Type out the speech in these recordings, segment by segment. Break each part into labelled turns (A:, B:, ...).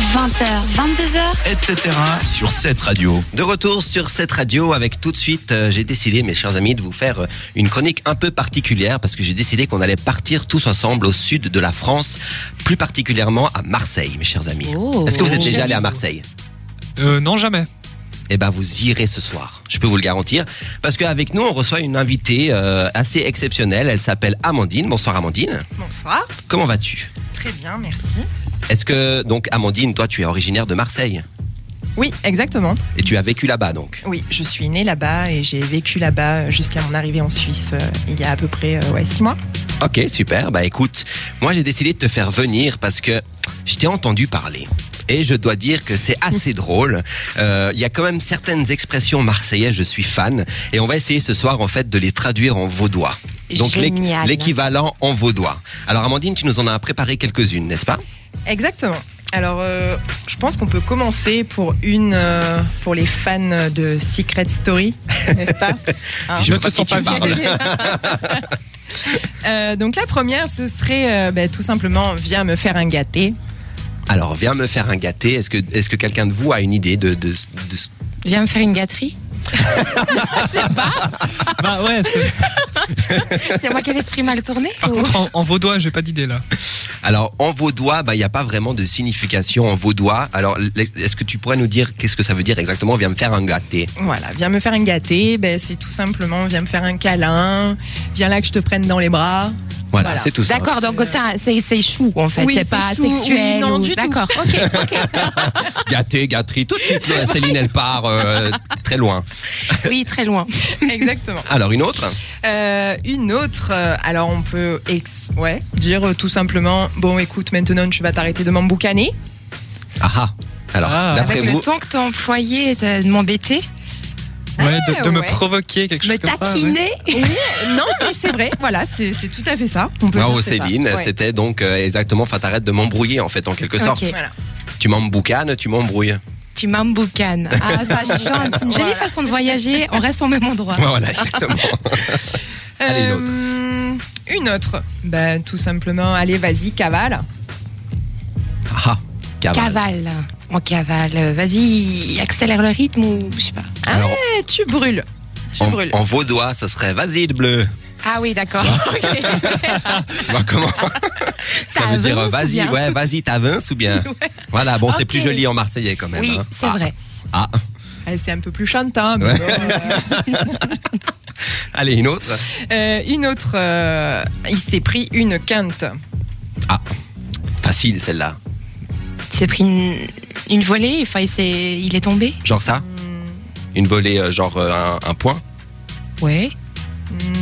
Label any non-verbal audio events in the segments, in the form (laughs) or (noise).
A: 20h, 22h.
B: etc. sur cette radio.
C: De retour sur cette radio avec tout de suite, euh, j'ai décidé, mes chers amis, de vous faire euh, une chronique un peu particulière parce que j'ai décidé qu'on allait partir tous ensemble au sud de la France, plus particulièrement à Marseille, mes chers amis.
D: Oh.
C: Est-ce que vous êtes déjà allé à Marseille
E: Euh, non, jamais.
C: Eh ben, vous irez ce soir. Je peux vous le garantir. Parce qu'avec nous, on reçoit une invitée euh, assez exceptionnelle. Elle s'appelle Amandine. Bonsoir, Amandine.
F: Bonsoir.
C: Comment vas-tu
F: Très bien, merci.
C: Est-ce que, donc, Amandine, toi, tu es originaire de Marseille
F: Oui, exactement.
C: et tu as vécu là-bas, donc.
F: Oui, je suis née là-bas et j'ai vécu là-bas jusqu'à mon arrivée en Suisse euh, il y a à peu près euh, ouais, six mois.
C: Ok, super. Bah écoute, moi j'ai décidé de te faire venir parce que je t'ai entendu parler. Et je dois dire que c'est assez drôle. Euh, Il y a quand même certaines expressions marseillaises, je suis fan. Et on va essayer ce soir, en fait, de les traduire en vaudois. Donc l'équ-
A: Génial.
C: l'équivalent en vaudois. Alors Amandine, tu nous en as préparé quelques-unes, n'est-ce pas
F: Exactement. Alors, euh, je pense qu'on peut commencer pour une, euh, pour les fans de Secret Story, (laughs) n'est-ce
C: (laughs)
F: pas Ah.
C: Je
E: ne
C: vois
E: te sens
C: qui tu
E: pas
C: parles.
F: Euh, donc la première, ce serait euh, bah, tout simplement viens me faire un gâté.
C: Alors viens me faire un gâté. Est-ce que, est que quelqu'un de vous a une idée de, de, de ce
A: Viens me faire une gâterie.
E: Bah
C: (laughs)
E: ouais, c'est-
A: C'est moi qui ai l'esprit mal tourné.
E: par
A: ou-
E: contre, en, en vaudois, j'ai pas d'idée là.
C: Alors, en vaudois, bah, il n'y a pas vraiment de signification en vaudois. Alors, l- est-ce que tu pourrais nous dire qu'est-ce que ça veut dire exactement Viens me faire un gâté.
F: Voilà, viens me faire un gâté, ben, c'est tout simplement viens me faire un câlin, viens là que je te prenne dans les bras.
C: Voilà,
F: Voilà.
C: c'est tout ça.
F: (laughs)
A: D'accord, donc c'est un- c'est c'est chou en fait,
F: Oui,
A: c'est
F: c'est
A: pas
F: chou,
A: sexuel.
F: oui, non,
A: ou-
F: du tout.
A: D'accord, ok, ok.
C: Gâté, gâterie, tout de suite, là, Céline, elle part euh, très loin.
A: (laughs) Oui, très loin.
F: Exactement.
C: Alors, une autre
F: Euh, une autre, euh, alors on peut ex ouais, dire euh, tout simplement bon écoute maintenant tu vas t'arrêter de m'emboucaner.
C: Ah ah. Alors,
E: Ah.
C: d'après
A: Avec le
C: vous,
A: ton que t'as employé de de m'embêter,
E: Ouais, de, de me
F: ouais.
E: provoquer quelque
A: me
E: chose comme ça. ouais.
A: taquiner.
F: non mais c'est vrai, voilà c'est c'est tout à fait ça. On peut dire
C: bravo
F: que c'est ça.
C: Céline,
F: Ouais.
C: c'était donc euh, exactement, enfin, t'arrêtes de m'embrouiller, en fait, en quelque
A: Ok.
C: sorte.
F: Voilà.
C: Tu m'emboucanes, tu m'embrouilles.
A: Tu m'emboucanes. Ah, ça chante. C'est une jolie
F: Voilà.
A: façon de voyager. On reste au même
F: Ah.
A: endroit.
C: (laughs) Voilà,
F: (laughs)
C: exactement. Allez, une autre.
F: Euh, une autre, ben tout simplement allez vas-y cavale.
C: ah ah. Cavale.
A: Cavale. En cavale. Euh, Vas-y, accélère le rythme ou je sais pas.
C: Ah, Alors,
F: Eh, tu brûles. Tu
C: en,
F: brûles.
C: en vaudois, ça serait vas-y de bleu.
A: Ah oui, d'accord. (laughs)
C: Tu vois comment Ça veut dire euh, vas-y, ouais, vas-y, t'avances ou bien. Voilà, bon, c'est
A: Ok.
C: plus joli en marseillais quand même.
A: Oui,
C: hein.
A: c'est
C: Ah,
A: vrai.
C: Ah,
F: Eh, c'est un peu plus chantant. mais
C: Ouais.
F: bon, euh,
C: allez, une autre.
F: Euh, une autre, euh, il s'est pris une quinte.
C: Facile celle-là.
A: Il s'est pris une, une volée, enfin, il, s'est- il est tombé.
C: Genre ça Une volée, euh, genre euh, un, un point
A: Ouais.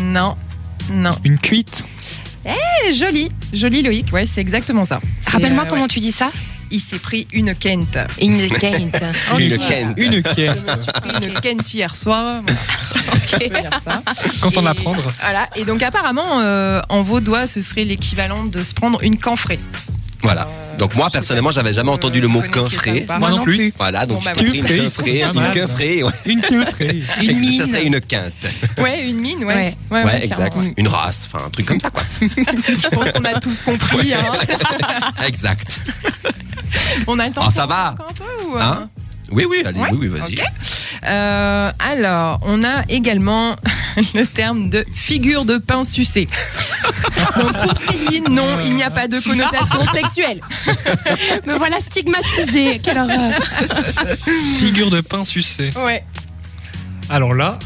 F: Non, non.
E: Une cuite.
F: Eh, joli, joli Loïc, ouais, c'est exactement ça. C'est,
A: Rappelle-moi
F: euh, ouais.
A: comment tu dis ça.
F: Il s'est pris une quinte.
A: Une quinte.
C: Une
A: Ok.
C: quinte.
E: Une quête.
F: Une quinte hier soir. voilà. On peut dire ça.
E: Quand on
F: Et-
E: apprendre.
F: Voilà, et donc apparemment, euh, en vaudois, ce serait l'équivalent de se prendre une canfrée.
C: Voilà.
F: Euh,
C: Donc moi,
F: je sais pas
C: personnellement,
F: si
C: j'avais jamais
F: vous
C: entendu le mot
F: connaissiez ça ou
C: quinfré.
F: pas. Ah
E: Moi non plus.
C: Voilà, donc
F: Bon,
C: tu
F: bah,
C: t'es pris une
E: voilà.
C: quinfrée,
E: Quinfrée,
C: une
E: c'est
C: quinfrée, ouais.
E: Une queutrée.
A: Une
C: Et (laughs)
A: mine.
C: Ça serait une quinte.
F: Ouais, une mine, ouais.
A: Ouais.
F: ouais,
C: Ouais, exact.
F: clairement, Hmm. ouais.
C: Une race, enfin un truc comme ça, quoi.
F: Je pense qu'on a tous compris. hein.
C: (laughs) Exact.
F: On attend
C: Ah, ça
F: pour-
C: va.
F: encore un peu ou, euh,
C: Hein Oui, oui, allez,
F: Ouais,
C: oui, oui, vas-y.
F: ok. Euh, alors, on a également (laughs) le terme de figure de pain sucé. Donc pour Céline, non, il n'y a pas de connotation sexuelle.
A: Me voilà stigmatisée. Quelle horreur.
E: Figure de pain sucé.
F: Ouais.
E: Alors là.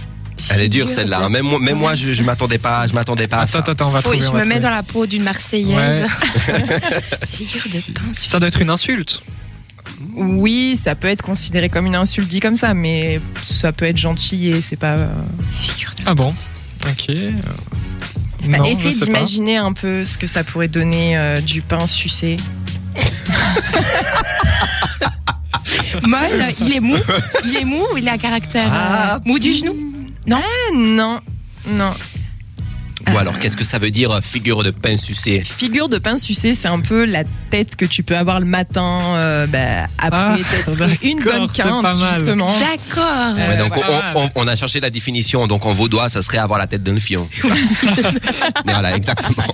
C: Elle est dure celle-là. hein. Même moi, même moi, je, je m'attendais pas, je m'attendais pas à
E: Attends,
C: Ah, ça.
E: attends, attends, on va
A: Oui,
E: trouver.
A: je
E: on va
A: me mets
E: trouver.
A: dans la peau d'une Marseillaise. (laughs) Figure de pain.
E: Ça doit être une insulte.
F: Oui, ça peut être considéré comme une insulte dit comme ça, mais ça peut être gentil et c'est pas. euh,
A: Figure de
E: Ah bon Ok. euh,
F: bah,
E: non, je
F: essayez
E: sais pas.
F: d'imaginer un peu ce que ça pourrait donner euh, du pain sucé.
A: Molle, il est mou. Il est mou ou il est à caractère
C: Ah.
A: euh, mou du genou
F: Ah non, non.
C: Ou alors, qu'est-ce que ça veut dire euh, figure de pain sucé
F: Figure de pain sucé, c'est un peu la tête que tu peux avoir le matin euh, bah,
E: Ah,
F: après t'être pris une
E: d'accord,
F: bonne
E: c'est pas
F: quinte
E: mal.
F: justement.
A: D'accord.
C: Ouais, donc,
E: pas
C: on-
E: mal.
C: on, on a cherché la définition. Donc, en vaudois, ça serait avoir la tête d'un fion. voilà, exactement.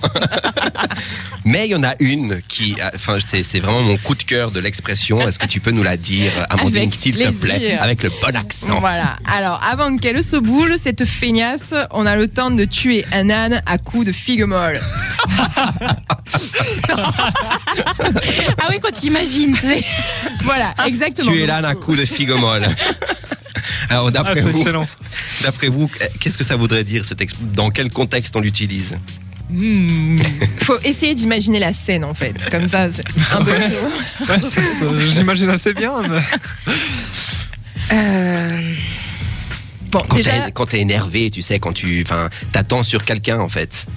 C: Mais il y en a une qui, a- enfin, c'est c'est vraiment mon coup de cœur de l'expression. Est-ce que tu peux nous la dire, euh, Amandine,
F: Avec
C: s'il te plaît,
F: plaisir.
C: avec le bon accent
F: Voilà. Alors, avant qu'elle se bouge, cette feignasse, on a le temps de tuer un âne à coups de figue molle.
A: Ah oui, quand tu imagines, tu sais.
F: Voilà, exactement.
C: Tu es là d'un coup de figomole. Alors
E: Ah,
C: d'après
E: c'est
C: vous,
E: excellent.
C: d'après vous, euh, qu'est-ce que ça voudrait dire cette exp- Dans quel contexte on l'utilise
E: Hmm.
F: Faut essayer d'imaginer la scène, en fait. Comme ça, c'est un (laughs) peu.
E: (laughs) Ouais, ça, ça- J'imagine assez bien. mais-
A: Euh,
F: Bon,
C: Quand
F: déjà.
C: t'es- quand t'es énervé, tu sais, quand tu, enfin, t'attends sur quelqu'un en fait.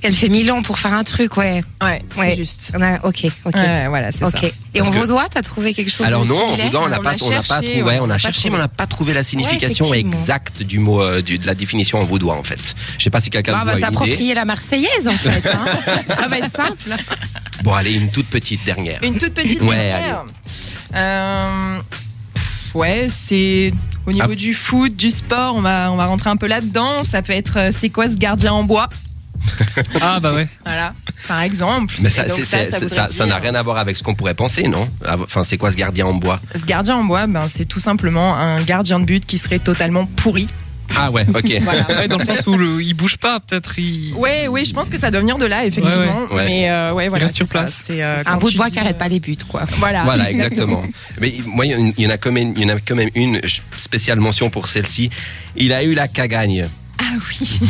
A: elle fait mille ans pour faire un truc, ouais.
F: Ouais,
A: Ouais.
F: c'est juste.
A: On a- Ok, ok.
F: Ouais, voilà, c'est
A: Ok.
F: ça.
A: Et
C: Parce
A: en
C: que-
A: vaudois, t'as trouvé quelque chose
C: Alors
A: de
C: non, en
A: similaire
C: Vaudois, on n'a
F: on
C: pas,
F: a
C: on n'a pas
F: cherché,
C: trouvé,
F: ouais,
C: on
F: on
C: a
F: a
C: cherché,
F: pas
C: mais on n'a pas trouvé la signification
A: effectivement.
C: exacte du mot, euh, du- de la définition en vaudois en fait. Je sais pas si quelqu'un de
F: Ah,
A: Bah, on va
C: vous a une idée.
A: s'approprier la Marseillaise en
C: (laughs)
A: fait. hein. Ça va être simple.
C: Bon, allez, une toute petite dernière.
F: Une toute petite
C: Ouais,
F: dernière. Euh, pff, ouais, c'est au niveau
C: Ah.
F: du foot, du sport, on va, on va rentrer un peu là-dedans. Ça peut être euh, c'est quoi ce gardien en bois
E: Ah bah ouais.
F: Voilà, par exemple.
C: Mais ça,
F: Et donc
C: c'est- c'est-
F: voudrait
C: ça- ça n'a
F: dire-
C: rien à voir avec ce qu'on pourrait penser, non Enfin, c'est quoi ce gardien en bois
F: Ce gardien en bois, ben, c'est tout simplement un gardien de but qui serait totalement pourri.
C: Ah ouais, ok.
F: (laughs)
C: (laughs)
F: Voilà.
E: Ouais, dans le sens où le- il bouge pas, peut-être il.
F: Ouais, ouais, je pense que ça doit venir de là, effectivement.
C: ouais.
F: Mais euh, ouais, voilà.
E: reste sur
F: c'est
E: place.
F: ça. C'est, euh,
A: Un
F: quand
A: bout de
F: tu
A: bois
F: dis,
A: qui arrête
F: euh,
A: pas les buts, quoi.
F: (laughs) Voilà.
C: Voilà, exactement. Mais moi, il y en- il y, en a quand même- il y en a quand même une je- spéciale mention pour celle-ci. Il a eu la cagagne.
F: Ah oui,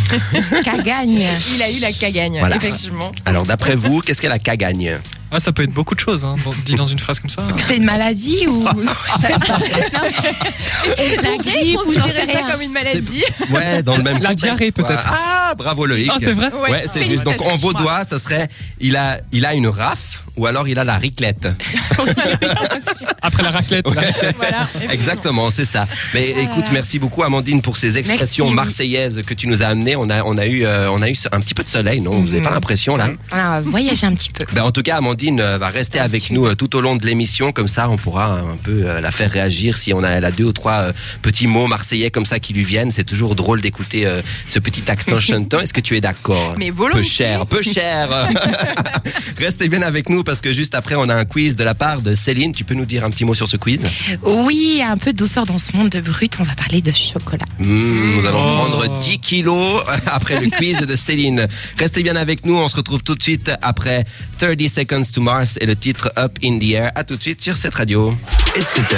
A: Cagagne.
F: il a eu la cagagne,
C: Voilà.
F: effectivement.
C: Alors, d'après vous, qu'est-ce qu'est la cagagne
E: Ah, ça peut être beaucoup de choses, hein, dans- dit dans une phrase comme ça.
A: C'est une maladie ou.
F: Oh,
A: Non,
F: (laughs)
A: mais- La grippe ou j'en sais
F: Considérer ça
A: rien.
F: comme une maladie.
C: Ouais, dans le même
E: La
C: contexte,
E: diarrhée,
C: quoi.
E: peut-être.
C: Ah, bravo Loïc.
E: Ah, c'est vrai
C: (laughs) Ouais, c'est juste. Donc, en vaudois, ça serait il a, il a une rafle ou alors il a la riclette.
E: Après la raclette. là.
F: Voilà.
C: Exactement, c'est ça. Mais écoute, merci beaucoup Amandine pour ces expressions
A: Merci, oui.
C: marseillaises que tu nous as amenées. On a, on a eu, euh, on a eu un petit peu de soleil, non Vous n'avez pas l'impression là
A: On a voyagé un petit peu.
C: (laughs) Ben, en tout cas, Amandine euh, va rester avec nous euh, tout au long de l'émission, comme ça on pourra euh, un peu euh, la faire réagir si on a, elle a deux ou trois euh, petits mots marseillais comme ça qui lui viennent. C'est toujours drôle d'écouter euh, ce petit
F: (laughs)
C: accent chantant. Est-ce que tu es d'accord
F: Mais
C: Peu
F: volontiers.
C: cher, peu cher.
F: (laughs)
C: (laughs) Restez bien avec nous parce que juste après on a un quiz de la part de Céline. Tu peux nous dire un petit mot sur ce quiz
A: Oui, un peu de douceur dans ce monde de brut. On va parler de chocolat.
C: Mmh, nous allons
E: Oh.
C: prendre 10 kilos (laughs) après le quiz de Céline. Restez bien avec nous, on se retrouve tout de suite après 30 Seconds to Mars et le titre Up in the Air. À tout de suite sur cette radio.
B: etc.